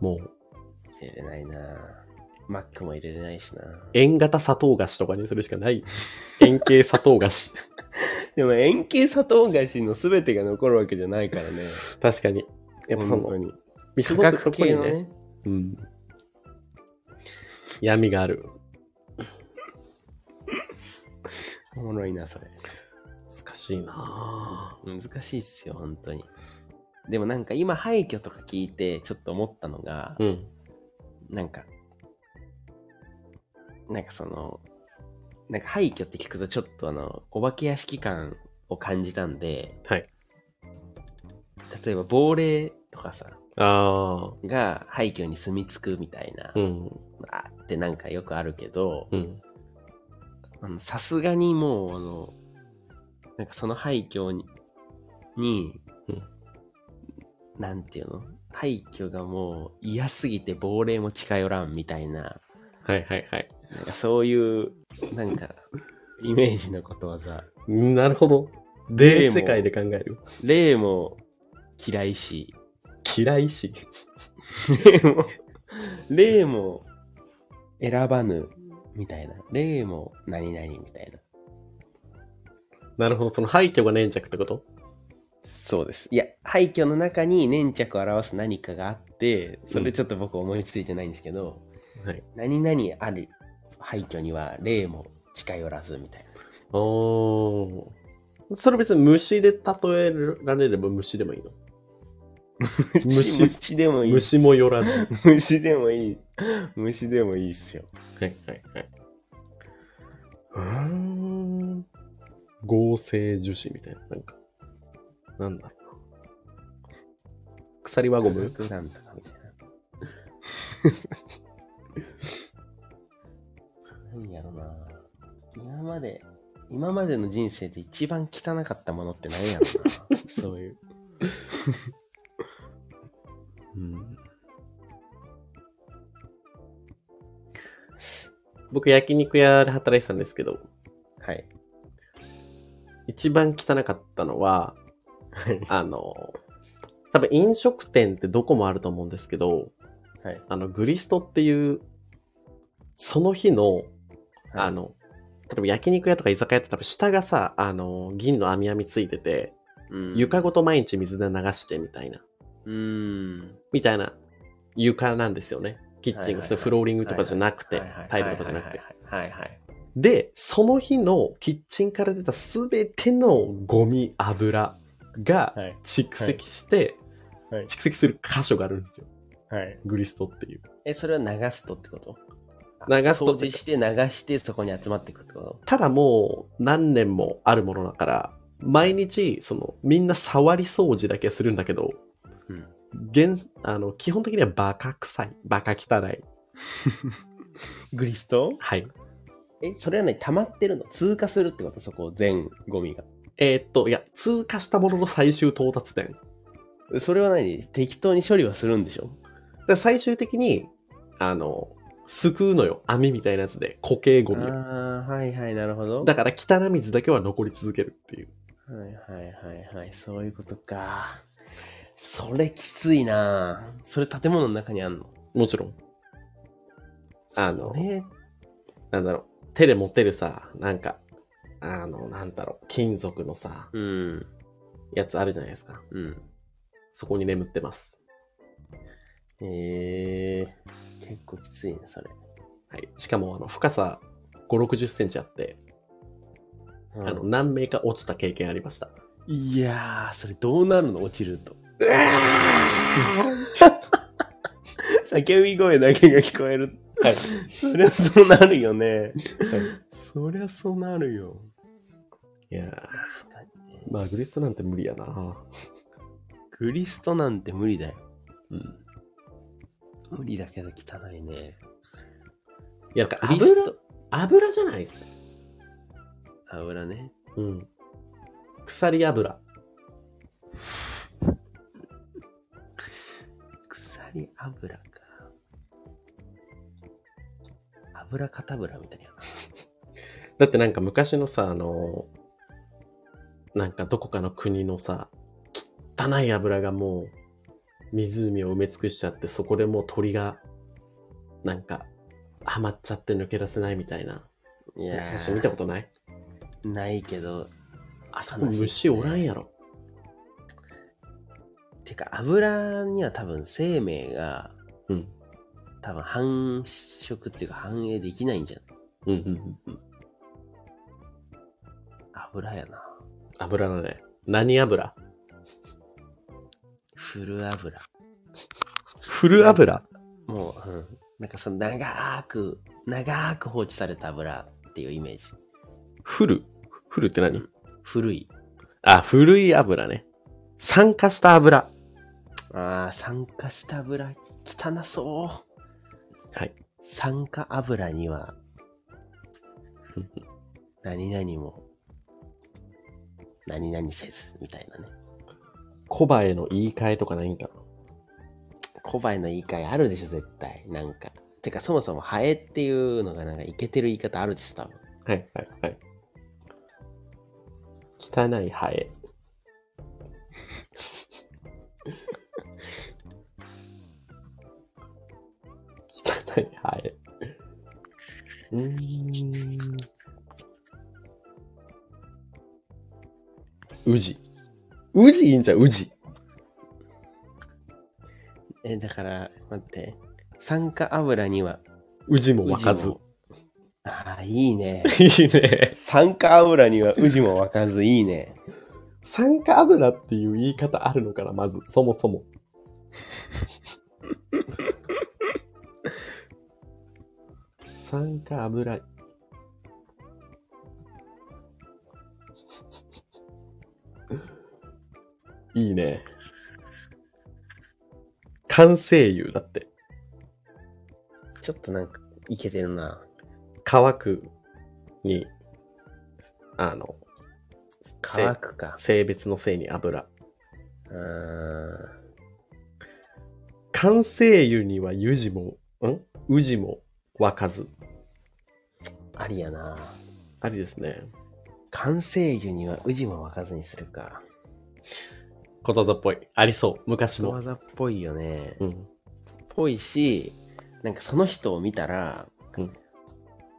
[SPEAKER 1] もう、
[SPEAKER 2] 入れれないな。マックも入れれないしな。
[SPEAKER 1] 円形砂糖菓子とかにするしかない。円形砂糖菓子。
[SPEAKER 2] でも円形砂糖菓子の全てが残るわけじゃないからね。
[SPEAKER 1] 確かに。やっぱそ
[SPEAKER 2] 本当
[SPEAKER 1] の、
[SPEAKER 2] に。
[SPEAKER 1] 見
[SPEAKER 2] 価
[SPEAKER 1] せたと
[SPEAKER 2] 格
[SPEAKER 1] こ
[SPEAKER 2] 系
[SPEAKER 1] に
[SPEAKER 2] の
[SPEAKER 1] ね、
[SPEAKER 2] ね。
[SPEAKER 1] うん。闇がある。
[SPEAKER 2] おもろいな、それ。
[SPEAKER 1] 難しいな
[SPEAKER 2] 難しいっすよ、本当に。でもなんか今廃墟とか聞いてちょっと思ったのが、
[SPEAKER 1] ぁうん。
[SPEAKER 2] なんか、なんかその、なんか廃墟って聞くとちょっとあの、お化け屋敷感を感じたんで、
[SPEAKER 1] はい。
[SPEAKER 2] 例えば亡霊とかさ、
[SPEAKER 1] ああ。
[SPEAKER 2] が廃墟に住み着くみたいな、
[SPEAKER 1] うん。
[SPEAKER 2] あってなんかよくあるけど、
[SPEAKER 1] うん。
[SPEAKER 2] あのさすがにもうあの、なんかその廃墟に、に、
[SPEAKER 1] うん
[SPEAKER 2] なんていうの廃墟がもう嫌すぎて亡霊も近寄らんみたいな、
[SPEAKER 1] はいはいはい。
[SPEAKER 2] なんかそういう、なんか、イメージのことわざ。
[SPEAKER 1] うんなるほど。霊
[SPEAKER 2] 霊も
[SPEAKER 1] 世界で考える。
[SPEAKER 2] 霊も嫌いし、 (laughs)
[SPEAKER 1] 嫌いし。
[SPEAKER 2] 霊も、霊も選ばぬみたいな。霊も何々みたいな。
[SPEAKER 1] なるほど。その廃墟が粘着ってこと
[SPEAKER 2] そうです。いや、廃墟の中に粘着を表す何かがあって、それちょっと僕思いついてないんですけど、
[SPEAKER 1] はい。
[SPEAKER 2] 何々ある廃墟には霊も近寄らずみたいな。
[SPEAKER 1] おー。それ別に虫で例えられれば虫でもいいの (laughs) (laughs) 虫
[SPEAKER 2] (laughs) 虫でもいい。
[SPEAKER 1] 虫もよらず。は
[SPEAKER 2] 虫でもいい。虫でもいいっすよ。
[SPEAKER 1] いはいはい。うーん。合成樹脂みたいな。なんか。なんだろうな。鎖輪ゴム
[SPEAKER 2] なんとかみたいな。何やろな。今まで、今までの人生で一番汚かったものって何やろな。そう
[SPEAKER 1] (laughs)
[SPEAKER 2] いう。
[SPEAKER 1] うん。僕、焼肉屋で働いてたんですけど、
[SPEAKER 2] はい。
[SPEAKER 1] 一番汚かったの (laughs) は、あの、多分飲食店ってどこもあると思うんですけど、
[SPEAKER 2] はい。
[SPEAKER 1] あの、グリストっていう、その日の、あの、例えば焼肉屋とか居酒屋って多分下がさ、あの、銀の網網ついてて、
[SPEAKER 2] うん、
[SPEAKER 1] 床ごと毎日水で流してみたいな、
[SPEAKER 2] うーん。
[SPEAKER 1] みたいな床なんですよね。キッチンが普通フローリングとかじゃなくて
[SPEAKER 2] はいはい、
[SPEAKER 1] タイルとかじゃなくて。。
[SPEAKER 2] はいはい。
[SPEAKER 1] で、その日のキッチンから出たすべてのゴミ、油が
[SPEAKER 2] はい
[SPEAKER 1] 蓄積して、
[SPEAKER 2] はいはい
[SPEAKER 1] 蓄積する箇所があるんですよ。
[SPEAKER 2] はい。
[SPEAKER 1] グリストっていう。
[SPEAKER 2] え、それは流すとってこと
[SPEAKER 1] 流すと
[SPEAKER 2] 掃除して流してそこに集まっていくってこと
[SPEAKER 1] ただもう何年もあるものだから、毎日、その、みんな触り掃除だけするんだけど、
[SPEAKER 2] うん。
[SPEAKER 1] 現、あの、基本的にはバカ臭い。バカ汚い。
[SPEAKER 2] グリスト
[SPEAKER 1] はい。
[SPEAKER 2] え、それはね、溜まってるの通過するってことそこ、全ゴミが。
[SPEAKER 1] えーっと、いや、通過したものの最終到達点。
[SPEAKER 2] それは何適当に処理はするんでしょ
[SPEAKER 1] で最終的に、あの、すくうのよ。網みたいなやつで、固形ゴミを。
[SPEAKER 2] ああ、はいはい、なるほど。
[SPEAKER 1] だから汚水だけは残り続けるっていう。
[SPEAKER 2] はいはいはいはい、そういうことか。それきついなそれ建物の中にあんの
[SPEAKER 1] もちろん。あの
[SPEAKER 2] それ
[SPEAKER 1] なんだろう。手で持ってるさ、なんか、あの、なんだろう。金属のさ、
[SPEAKER 2] うん、
[SPEAKER 1] やつあるじゃないですか。
[SPEAKER 2] うん。
[SPEAKER 1] そこに眠ってます。
[SPEAKER 2] えー、結構きついね、それ。
[SPEAKER 1] はい。しかも、あの、深さ5、60センチあって、あの、何名か落ちた経験ありました。
[SPEAKER 2] いやー、それどうなるの落ちると。 (laughs) 叫び声だけが聞こえる。
[SPEAKER 1] はい。
[SPEAKER 2] そりゃそうなるよね。そりゃそうなるよ。
[SPEAKER 1] いやー
[SPEAKER 2] 確かにね。
[SPEAKER 1] まあ、グリストなんて無理やな。
[SPEAKER 2] グリストなんて無理だよ。
[SPEAKER 1] うん。
[SPEAKER 2] 無理だけど汚いね。
[SPEAKER 1] いや、なんか
[SPEAKER 2] グリス
[SPEAKER 1] 油
[SPEAKER 2] ト
[SPEAKER 1] 油じゃないです。
[SPEAKER 2] 油ね。
[SPEAKER 1] うん。鎖油。
[SPEAKER 2] 鎖油か。油かたぶらみたいな。
[SPEAKER 1] だってなんか昔のさ、あの、なんかどこかの国のさ、汚い油がもう湖を埋め尽くしちゃって、そこでもう鳥が、なんか、ハマっちゃって抜け出せないみたいな。
[SPEAKER 2] いやー
[SPEAKER 1] 写真見たことない
[SPEAKER 2] ないけど、
[SPEAKER 1] あそこ虫おらんやろ。
[SPEAKER 2] てか油には多分生命が
[SPEAKER 1] うん。
[SPEAKER 2] 多分繁殖っていうか繁栄できないんじゃん。
[SPEAKER 1] うんうんうんうん。
[SPEAKER 2] 油やな。
[SPEAKER 1] 油だね。何油
[SPEAKER 2] フル油。
[SPEAKER 1] フル油
[SPEAKER 2] もう、うん、なんかその長く、長く放置された油っていうイメージ。
[SPEAKER 1] フルフルって何
[SPEAKER 2] 古い。
[SPEAKER 1] あ、古い油ね。酸化した油。
[SPEAKER 2] ああ、酸化した油、汚そう。
[SPEAKER 1] はい。
[SPEAKER 2] 酸化油には、 (laughs) 何々も、何々せず、みたいなね。
[SPEAKER 1] コバへの言い換えとかないんか
[SPEAKER 2] コバエの言い換えあるでしょ、絶対。なんか。てか、そもそもハエっていうのがなんかイケてる言い方あるでしょ、多分。
[SPEAKER 1] なはいはいはい。汚いハエ。 (laughs) 汚いハエ。うーん。宇治。宇治いいんじゃん、宇治。
[SPEAKER 2] え、だから、待って。酸化油には、
[SPEAKER 1] 宇治も沸かず
[SPEAKER 2] 宇治。も。ああ、いいね。
[SPEAKER 1] (laughs) いいね。
[SPEAKER 2] 酸化油には宇治も沸かず、いいね。
[SPEAKER 1] 酸化油っていう言い方あるのかな、まず、そもそ
[SPEAKER 2] (laughs)
[SPEAKER 1] も。酸化油。いいね。完成油だって。
[SPEAKER 2] ちょっとなんか、いけてるな。
[SPEAKER 1] 乾くに、あの、せ
[SPEAKER 2] 乾くか。
[SPEAKER 1] 性別の性に油。
[SPEAKER 2] うーん。
[SPEAKER 1] 完成油には湯治も、ん宇治も沸かず。
[SPEAKER 2] ありやな。
[SPEAKER 1] ありですね。
[SPEAKER 2] 完成油には宇治も沸かずにするか。
[SPEAKER 1] ことわざっぽい。ありそう。昔
[SPEAKER 2] こと
[SPEAKER 1] の
[SPEAKER 2] わ。ざっぽいよね。
[SPEAKER 1] うん。
[SPEAKER 2] ぽいし、なんかその人を見たら、
[SPEAKER 1] うん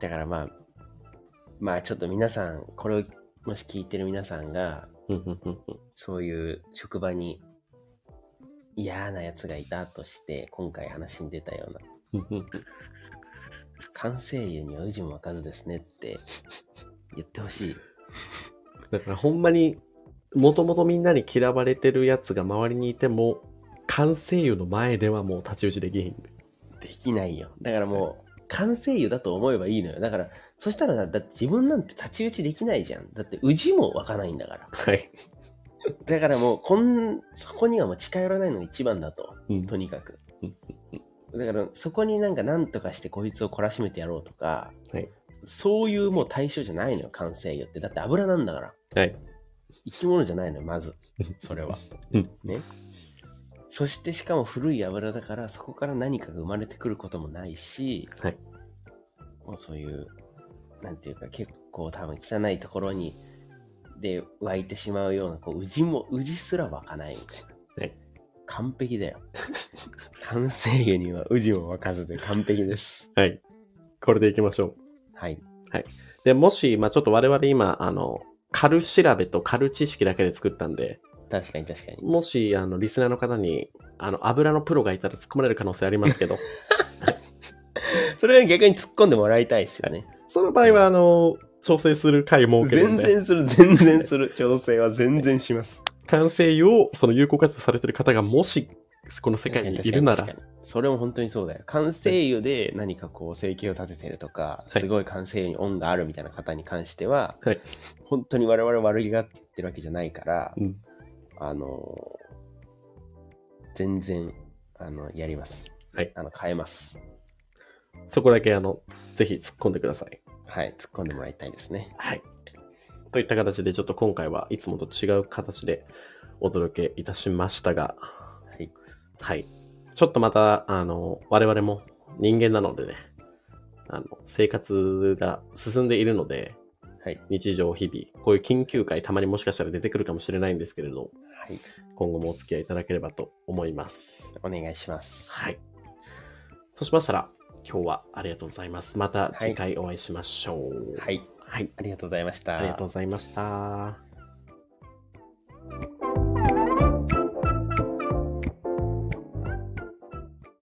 [SPEAKER 2] だからまあ、まあちょっと皆さん、これをもし聞いてる皆さんが、
[SPEAKER 1] うんうんうんうん
[SPEAKER 2] そういう職場に嫌な奴がいたとして、今回話に出たような、
[SPEAKER 1] うんうん
[SPEAKER 2] 完成油には宇治も沸かずですねって言ってほしい。
[SPEAKER 1] だからほんまに、もともとみんなに嫌われてるやつが周りにいても、完成油の前ではもう太刀打ちできひん。
[SPEAKER 2] できないよ。だからもう、完成油だと思えばいいのよ。だから、そしたらだだって自分なんて太刀打ちできないじゃん。だって宇治も湧かないんだから。
[SPEAKER 1] はい。
[SPEAKER 2] だからもう、こん、そこにはもう近寄らないのが一番だと。
[SPEAKER 1] うん
[SPEAKER 2] とにか
[SPEAKER 1] (laughs)
[SPEAKER 2] く
[SPEAKER 1] うん。
[SPEAKER 2] だから、そこになんか何とかしてこいつを懲らしめてやろうとか、
[SPEAKER 1] はい
[SPEAKER 2] そういうもう対象じゃないのよ、完成魚って。だって油なんだから。
[SPEAKER 1] はい。
[SPEAKER 2] 生き物じゃないのよ、 (laughs) まず。それは。
[SPEAKER 1] うん
[SPEAKER 2] ね。そしてしかも古い油だから、そこから何かが生まれてくることもないし、
[SPEAKER 1] はい
[SPEAKER 2] もうそういう、なんていうか、結構多分汚いところに、で湧いてしまうような、こう、宇治も、宇治すら湧かないみたいな。
[SPEAKER 1] はい
[SPEAKER 2] 完璧だよ。完成油には宇治も湧かずで完璧です。
[SPEAKER 1] はい。これでいきましょう。
[SPEAKER 2] はい。
[SPEAKER 1] で、もし、まあちょっと我々今、あの、カル調べとカル知識だけで作ったんで、
[SPEAKER 2] 確かに確かに。
[SPEAKER 1] もし、あの、リスナーの方に、あの、油のプロがいたら突っ込まれる可能性ありますけど、
[SPEAKER 2] それは逆に突っ込んでもらいたいですよね。
[SPEAKER 1] その場合は、あの、調整する回設けるん
[SPEAKER 2] 全
[SPEAKER 1] で。
[SPEAKER 2] 然する、全然す (laughs) る。調整は全然します。
[SPEAKER 1] 完成油をその有効活用されてる方がもしこの世界にいるなら
[SPEAKER 2] 確かに。確かにそれも本当にそうだよ。完成油で何かこう生計を立ててるとか、
[SPEAKER 1] はい
[SPEAKER 2] すごい完成油に恩があるみたいな方に関しては、
[SPEAKER 1] はい
[SPEAKER 2] 本当に我々悪気があって言ってるわけじゃないから、
[SPEAKER 1] うん
[SPEAKER 2] あのー全然、あの、やります。
[SPEAKER 1] はい
[SPEAKER 2] あの、変えます。
[SPEAKER 1] そこだけあのぜひ突っ込んでください
[SPEAKER 2] はい、突っ込んでもらいたいですね。
[SPEAKER 1] はい。といった形で、ちょっと今回はいつもと違う形でお届けいたしましたが、
[SPEAKER 2] はい。
[SPEAKER 1] はい。ちょっとまた、あの、我々も人間なのでね、あの、生活が進んでいるので、
[SPEAKER 2] はい。
[SPEAKER 1] 日常日々、こういう緊急会たまにもしかしたら出てくるかもしれないんですけれど、
[SPEAKER 2] はい。
[SPEAKER 1] 今後もお付き合いいただければと思います。
[SPEAKER 2] お願いします。
[SPEAKER 1] はい。そうしましたら、今日はありがとうございます。また次回お会いしましょう。
[SPEAKER 2] はい。
[SPEAKER 1] はい。
[SPEAKER 2] ありがとうございました。
[SPEAKER 1] ありがとうございました。